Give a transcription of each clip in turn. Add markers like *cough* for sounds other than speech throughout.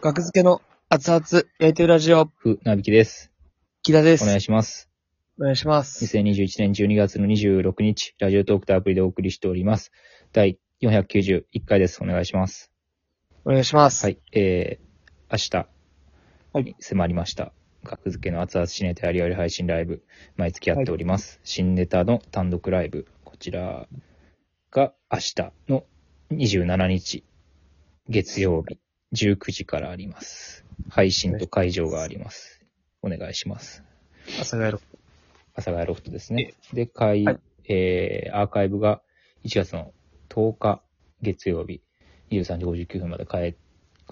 学付けの熱々焼いてるラジオ、ふ、なびきです。木田です。お願いします。お願いします。 2021年12月の26日、ラジオトークとアプリでお送りしております。第491回です。お願いします。お願いします。は。い。えー、は明い日に迫りました。学付けの熱々新ネタやりあり配信ライブ、毎月やっております。新ネタの単独ライブ、こちらが明日の27日、月曜日、19時からあります。配信と会場があります。お願いします。朝帰ろ阿佐ヶ谷ロフトですね。で、会、はいえー、アーカイブが1月の10日月曜日23時59分まで変え、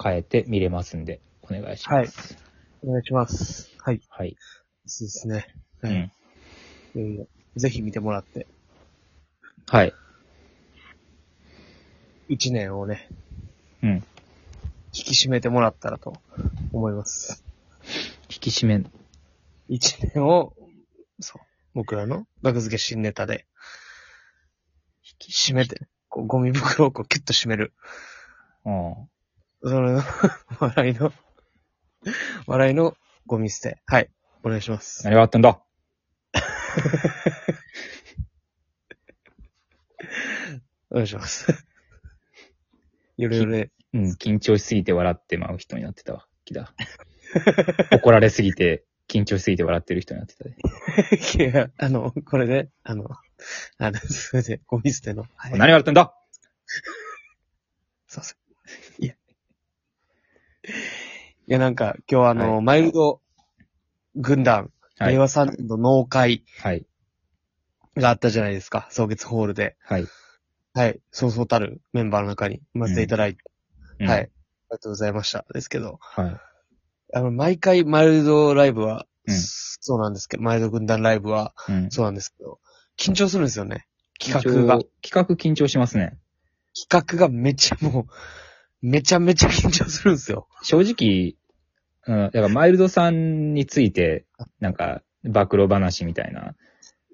変えて見れますんで、お願いします。う。お願いします。はい。はい。そうですね。はうい。ん。いやいやぜひ見てもらって、はい。一年をね、うん。引き締めてもらったらと思います。引き締め、一年を、そう。僕らの学付け新ネタで、引き締めて、こうゴミ袋をこうキュッと締める。あその、 *laughs* 笑いの、笑いのゴミ捨て。はい。お願いします。あ。何があったんだお願いします。 *laughs* よろよろで。うん。緊張しすぎて笑ってまう人になってたわ。*laughs* 木だ。怒られすぎて、緊張しすぎて笑ってる人になってたで。 *laughs* いや、あの、これで、あの、あの、それで、ゴミ捨ての。はい。何があったんだすいません。いや。いや、なんか、今日あの、はマイルド軍団、は令い。和3年の農会はい。があったじゃないですか。草月ホールで。はい。はい。そうそうたるメンバーの中に、まずいただいて、うんはい。あり。がとうございました。ですけど。はい。あの、毎回マイルドライブは、うんそうなんですけど、マイルド軍団ライブは、うん。そうなんですけど、緊張するんですよね。企企画画がが。。企画緊張しますね。企画がめちゃもう、めちゃめちゃ緊張するんですよ。正直、うん、だからマイルドさんについて、なんか、暴露話みたいな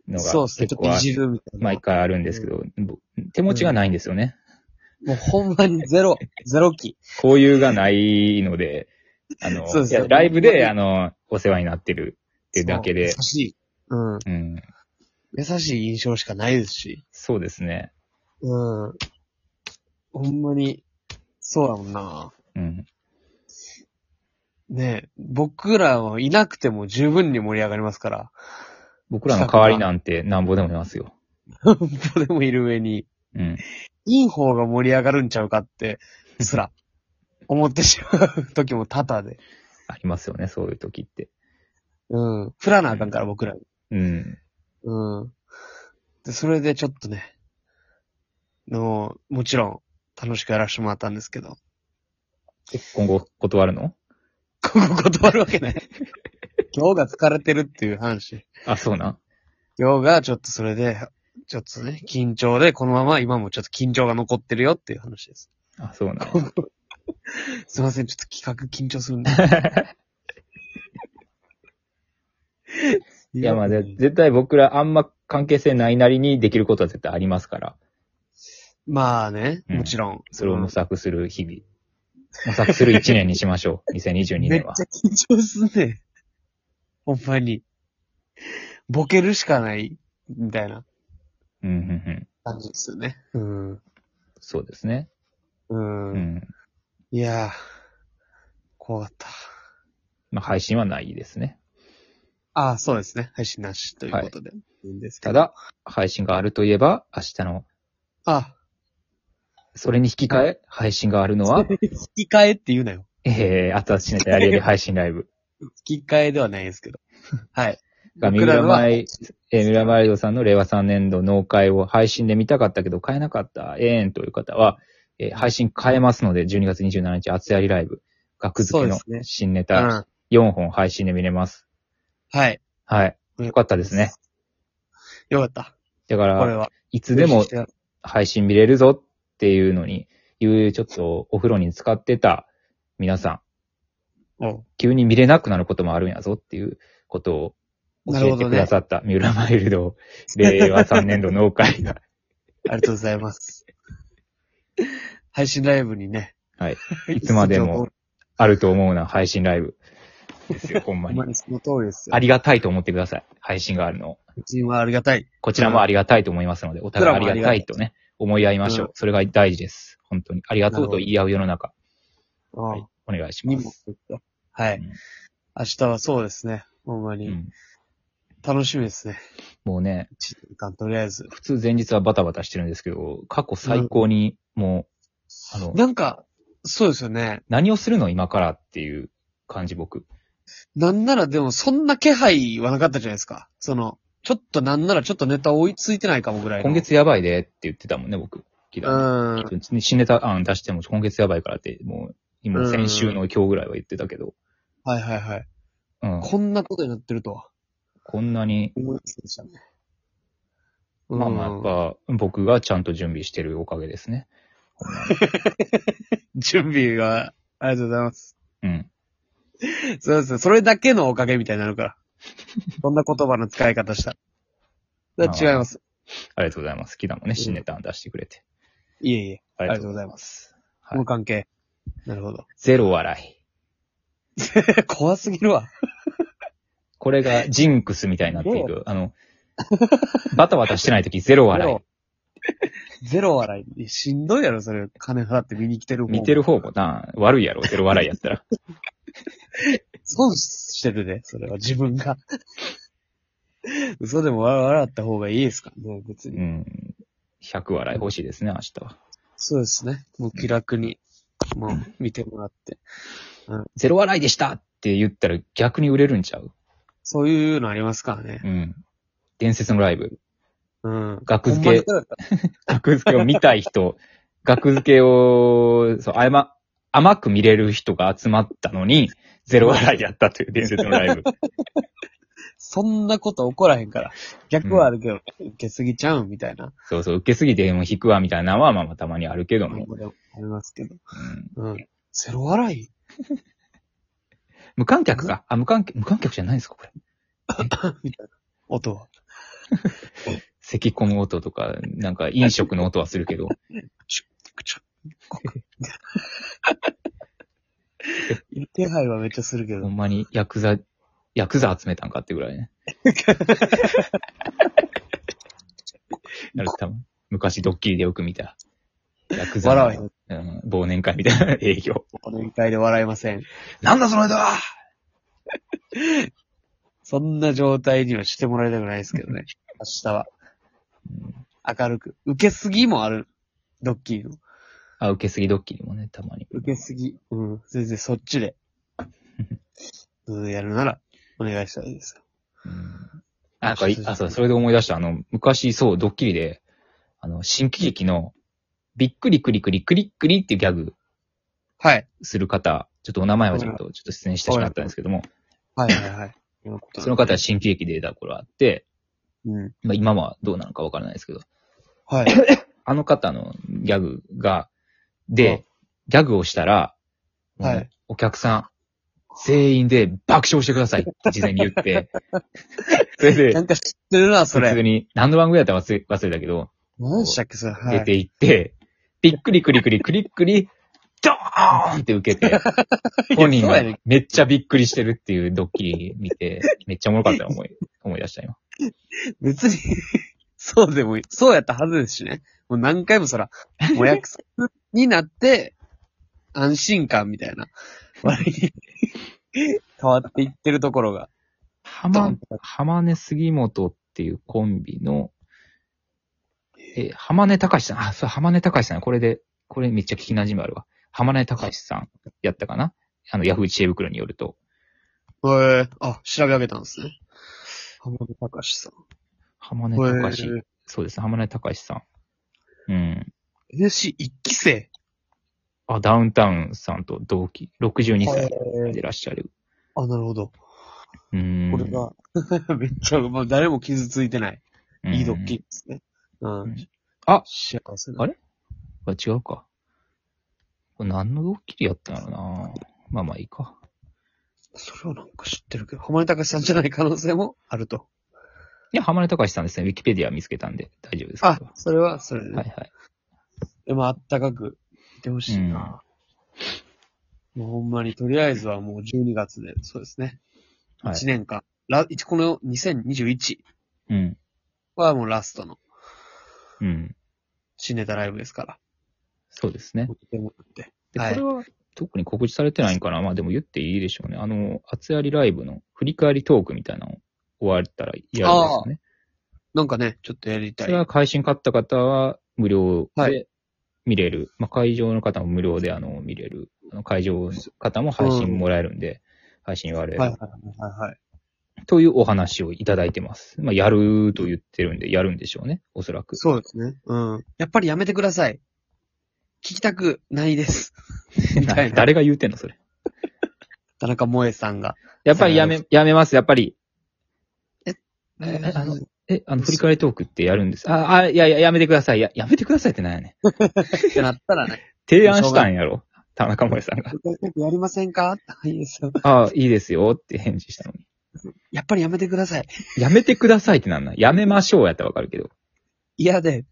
のがそうですね。ちょっと結構いあじるみたいな。毎回あるんですけど、ぼ手持ちがないんですよね。もうほんまにゼ *laughs* ロ、ゼロ期。交友がないので、あ *laughs* の、そうですいやライブで、あの、お世話になってるっていうだけでそう優、しい。うん。うん、優しい印象しかないですし。そうですね。うん。ほんまに、そうだもんな。うん、ねえ、僕らはいなくても十分に盛り上がりますから。僕らの代わりなんてなんぼでもいますよ。どこでもいる上に。うん、いい方が盛り上がるんちゃうかって、すら、思ってしまう時も多々で。ありますよね、そういう時って。うん。振らなあかんから、僕らに。うん、うん。で、それでちょっとね、の、もちろん、楽しくやらせてもらったんですけど、 *laughs* え今後断るのここ断るわけない。今日が疲れてるっていう話。あ、そうなん。今日がちょっとそれで、ちょっとね、緊張で、このまま今もちょっと緊張が残ってるよっていう話です。あ、そうなん。すいません、ちょっと企画緊張するんで。 *laughs* いや、まあ、で絶対僕らあんま関係性ないなりにできることは絶対ありますから、まあね、うんもちろん。それを模索する日々。模索する1年にしまし *laughs* ょう。2022めっちゃ年は。緊張すん *laughs* ね。ほんまに。ボケるしかない、みたいなうん、うん、うん。感じですよね。うん。そうですね。うん。うん。いやー、怖かった。まあ、配信はないですね。ああ、そうですね。配信なしということで。いいんですけたど。だ、配信があるといえば、明日の、あ、、それに引き換え、配信があるのは *laughs* 引き換えって言うなよ。えー、熱々しネタやりやり配信ライブ。引き換えではないです *laughs* けど。はい。が、三僕ら浦のは舞、えー、三浦マイルドさんの令和3年度納会を配信で見たかったけど買えなかった、ええんという方は、えー配信変えますので、12月27日、厚やりライブ、学付けそのうですね新ネうタ、ん。 4本配信で見れます。はい。はい。うんよかったですね。よかった。だかこれら、は。いつでも配信見れるぞっていうのに、いうちょっとお風呂に使ってた皆さん、お急に見れなくなることもあるんやぞっていうことをなる教ほえてどくねださった、三浦マイルド、令和3年度納会が。ありがとうございます。配信ライブにね。はい。いつまでもあると思うな、配信ライブ。で *laughs* すよ、ほんほまんにま。にその通りですよ。ありがたいと思ってください。配信があるのを。うちはありがたい。こちらもありがたいと思いますので、お互いありがたいとね、思い合いましょうう。それが大事です。本当に。ありがとうと言い合う世の中、ははい。お願いしにまもす。。はういん。明日はそうですね。ほんまうに。ん。楽しみですね。もうね、一時間とりあえず。普通前日はバタバタしてるんですけど、過去最高に、もう、あの、なんか、そうですよね。何をするの今からっていう感じ、僕。なんならでもそんな気配はなかったじゃないですか。その、ちょっとなんならちょっとネタ追いついてないかもぐらいの。今月やばいでって言ってたもんね、僕。昨う日ん。新ネタ案出しても今月やばいからって、もう、今うん先週の今日ぐらいは言ってたけど、はいはいはい。うん、こんなことになってるとはこんなに、思いませんでしたね。まあまあやっうんぱ僕がちゃんと準備してるおかげですね。 *laughs* 準備が、ありがとうございます。うん。そうですね。それだけのおかげみたいになるから。そんな言葉の使い方したら。だから違います。ありがとうございます。キダもね、新ネタ案出してくれて。いえいえ。あありりががととううごござざいいます。この関係。なるほど。 *laughs* ゼロ笑い。怖すぎるわ。これがジンクスみたいになっていく。あの、 *laughs* バタバタしてない時ゼロ笑い。ゼロ笑い。しんどいやろ、それ。金払って見に来てる方も見てる方もな、悪いやろ、ゼロ笑いやったら。損してるで、それは自分が。嘘でも笑笑った方がいいですからね、別うに。ん。100笑い欲しいですね、明日は。そうですね。もう気楽に、もう見てもらって。ゼロ笑いでしたって言ったら逆に売れるんちゃうそういうのありますからね。うん。伝説のライブ。うん。額付ほんまけに。そうだった額付けを見たい人、 *laughs* 額付けを、そう、あやま、甘く見れる人が集まったのに、ゼロ笑いやったという伝説のライブ。そんなこと起こらへんから。逆はあるけど、受けすぎちゃうみたいな。そうそう、受けすぎても引くわ、みたいなのは、まあまあたまにあるけども。これもありますけど。うんうん。ゼロ笑い無観客か。あ、無観客、無観客じゃないんですか、これ。みたいな。音は。咳込む音とか、なんか飲食の音はするけど、くちゃ。こく手配はめっちゃするけほど。んまにヤクザ、ヤクザ集めたんかってぐら *laughs* いね。あれ多分昔ドッキリでよく見た。ヤクザの。笑わへん。うん、忘年会みたいな営業。この宴会で笑いません。 *laughs* なんだそのネタはそんな状態にはしてもらいたくないですけどね。明日は。明るく。受けすぎもある。ドッキリの。あ、受けすぎドッキリもね、たまに。受けすぎ。うん。全然そっちで。うん、やるなら、お願いしたいです。うんあなんかい、あ、そう、それで思い出した。あの、昔、そう、ドッキリで、あの、新喜劇の、びっくりくりくりくりくりっていうギャグはい。する方、ちょっとお名前はちょっと、ちょっと出演してしまったんですけども、はいはい *laughs* はい。今ことその方は新喜劇で出た頃あって、うん。まあ今はどうなのかわからないですけど、 *laughs* はい。あの方のギャグが、うんで、ギャグをしたら、はいもうお客さん、全員で爆笑してくださいって事前に *laughs* 言って、それでな、んか知ってるな、そ普通れ。に、何の番組だったか忘れ忘れたけど、何でしたっけ、それ。は出い。て行って、びっくりくりくりくりくり、ドーンって *laughs* 受けて、本人そうがやねめっちゃびっくりしてるっていうドッキリ見て、めっちゃおもろかったの思い、思い出した今。別に、 *laughs* そうでもいい。そうやったはずですしね。もう何回もそら、お約束になって、安心感みたいな、 *laughs* 割に変わっていってるところが。浜、浜根杉本っていうコンビの、え、浜根隆さん、あ、そう、浜根隆さん、これで、これめっちゃ聞き馴染みあるわ。浜根隆さんやったかなあの、ヤフー知恵袋によると。へえ、あ、調べ上げたんですね。浜辺隆さん。浜根隆、へそうですね、浜根隆さん。うん。え、NSC 一期生。あ、ダウンタウンさんと同期、62歳へえでいらっしゃる。あ、なるほど。うーん。これが、 *laughs* めっちゃ、まあ誰も傷ついてない。うん、いいドッキリですね。うんうん。あ幸せあな。れあ、違うか。これ何のドッキリやったんやろなまあまあいいか。それはなんか知ってるけど、浜辺隆さんじゃない可能性もあると。いや、浜根隆さんですね。ウィキペディア見つけたんで大丈夫ですけあど。、それは、それね。はいはい。でもあったかくいてほしいな。もうほんまに、とりあえずはもう12月で、そうですね。はい1年間。ら一この2021うん。はもうラストのうん。新ネタライブですから。そうですね。でもってで、こはいれは特に告知されてないんかな。まあでも言っていいでしょうね。あの、厚やりライブの振り返りトークみたいなの終わったらやるんですよね。なんかね、ちょっとやりたそい。れは配信買った方は無料はで見れる。まあ会場の方も無料であの見れる。あの会場の方も配信もらえるんで、配信言われはいはいはいはい。というお話をいただいてます。まあやると言ってるんで、やるんでしょうね。おそらく。そうですね。うん。やっぱりやめてください。聞きたくないです。みたいな。 *laughs* 誰が言うてんの、それ。田中萌えさんが。やっぱりやめ、やめます、やっぱり。ええあの、え、あの、振り返りトークってやるんです。あ、あ、いやいや、やめてください。や、やめてくださいってなんやねん。 *laughs* ってなったらね、提案したんやろ。田中萌さんが。よくやりませんかいいですよ。 *laughs* ああ、いいですよって返事したのに。やっぱりやめてください。やめてくださいってなんなんやめましょうやったらわかるけど。嫌で。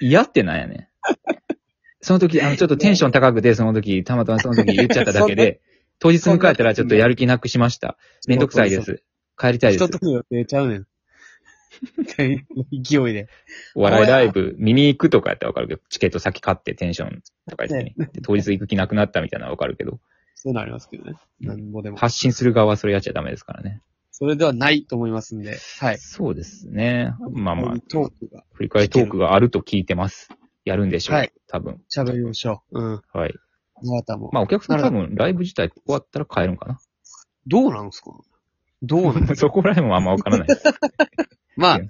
嫌ってなんやねん。 *laughs* その時、あの、ちょっとテンション高くて、その時、たまたまその時言っちゃっただけ *laughs* で、当日迎えたらちょっとやる気なくしました。めんどくさいでそうす。帰りたいでそう。す人。との予定ちゃうねん。みたいな勢いで。お笑いライブ見に行くとかやったらわかるけど、チケット先買ってテンション高い時に。で当日行く気なくなったみたいなのはわかるけど、そういうのありますけどね。なんぼでも。発信する側はそれやっちゃダメですからね。それではないと思いますんで。はい。そうですね。まあまあ、トークが振り返りトークがあると聞いてます。やるんでしょう。はい多分。喋りましょう。うん。はい。あなたも。まあお客さんな多る分ライブ自体終わったら帰るんかな。どうなんすかどうなん *laughs* そこら辺もあんまわか *laughs* らないです。まあ、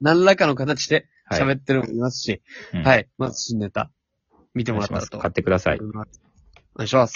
何らかの形ではい。喋ってるのもいますし、うんはい。まず新ネタ、見ておも願らっいしたまらす。と買ってください。思います。お願いします。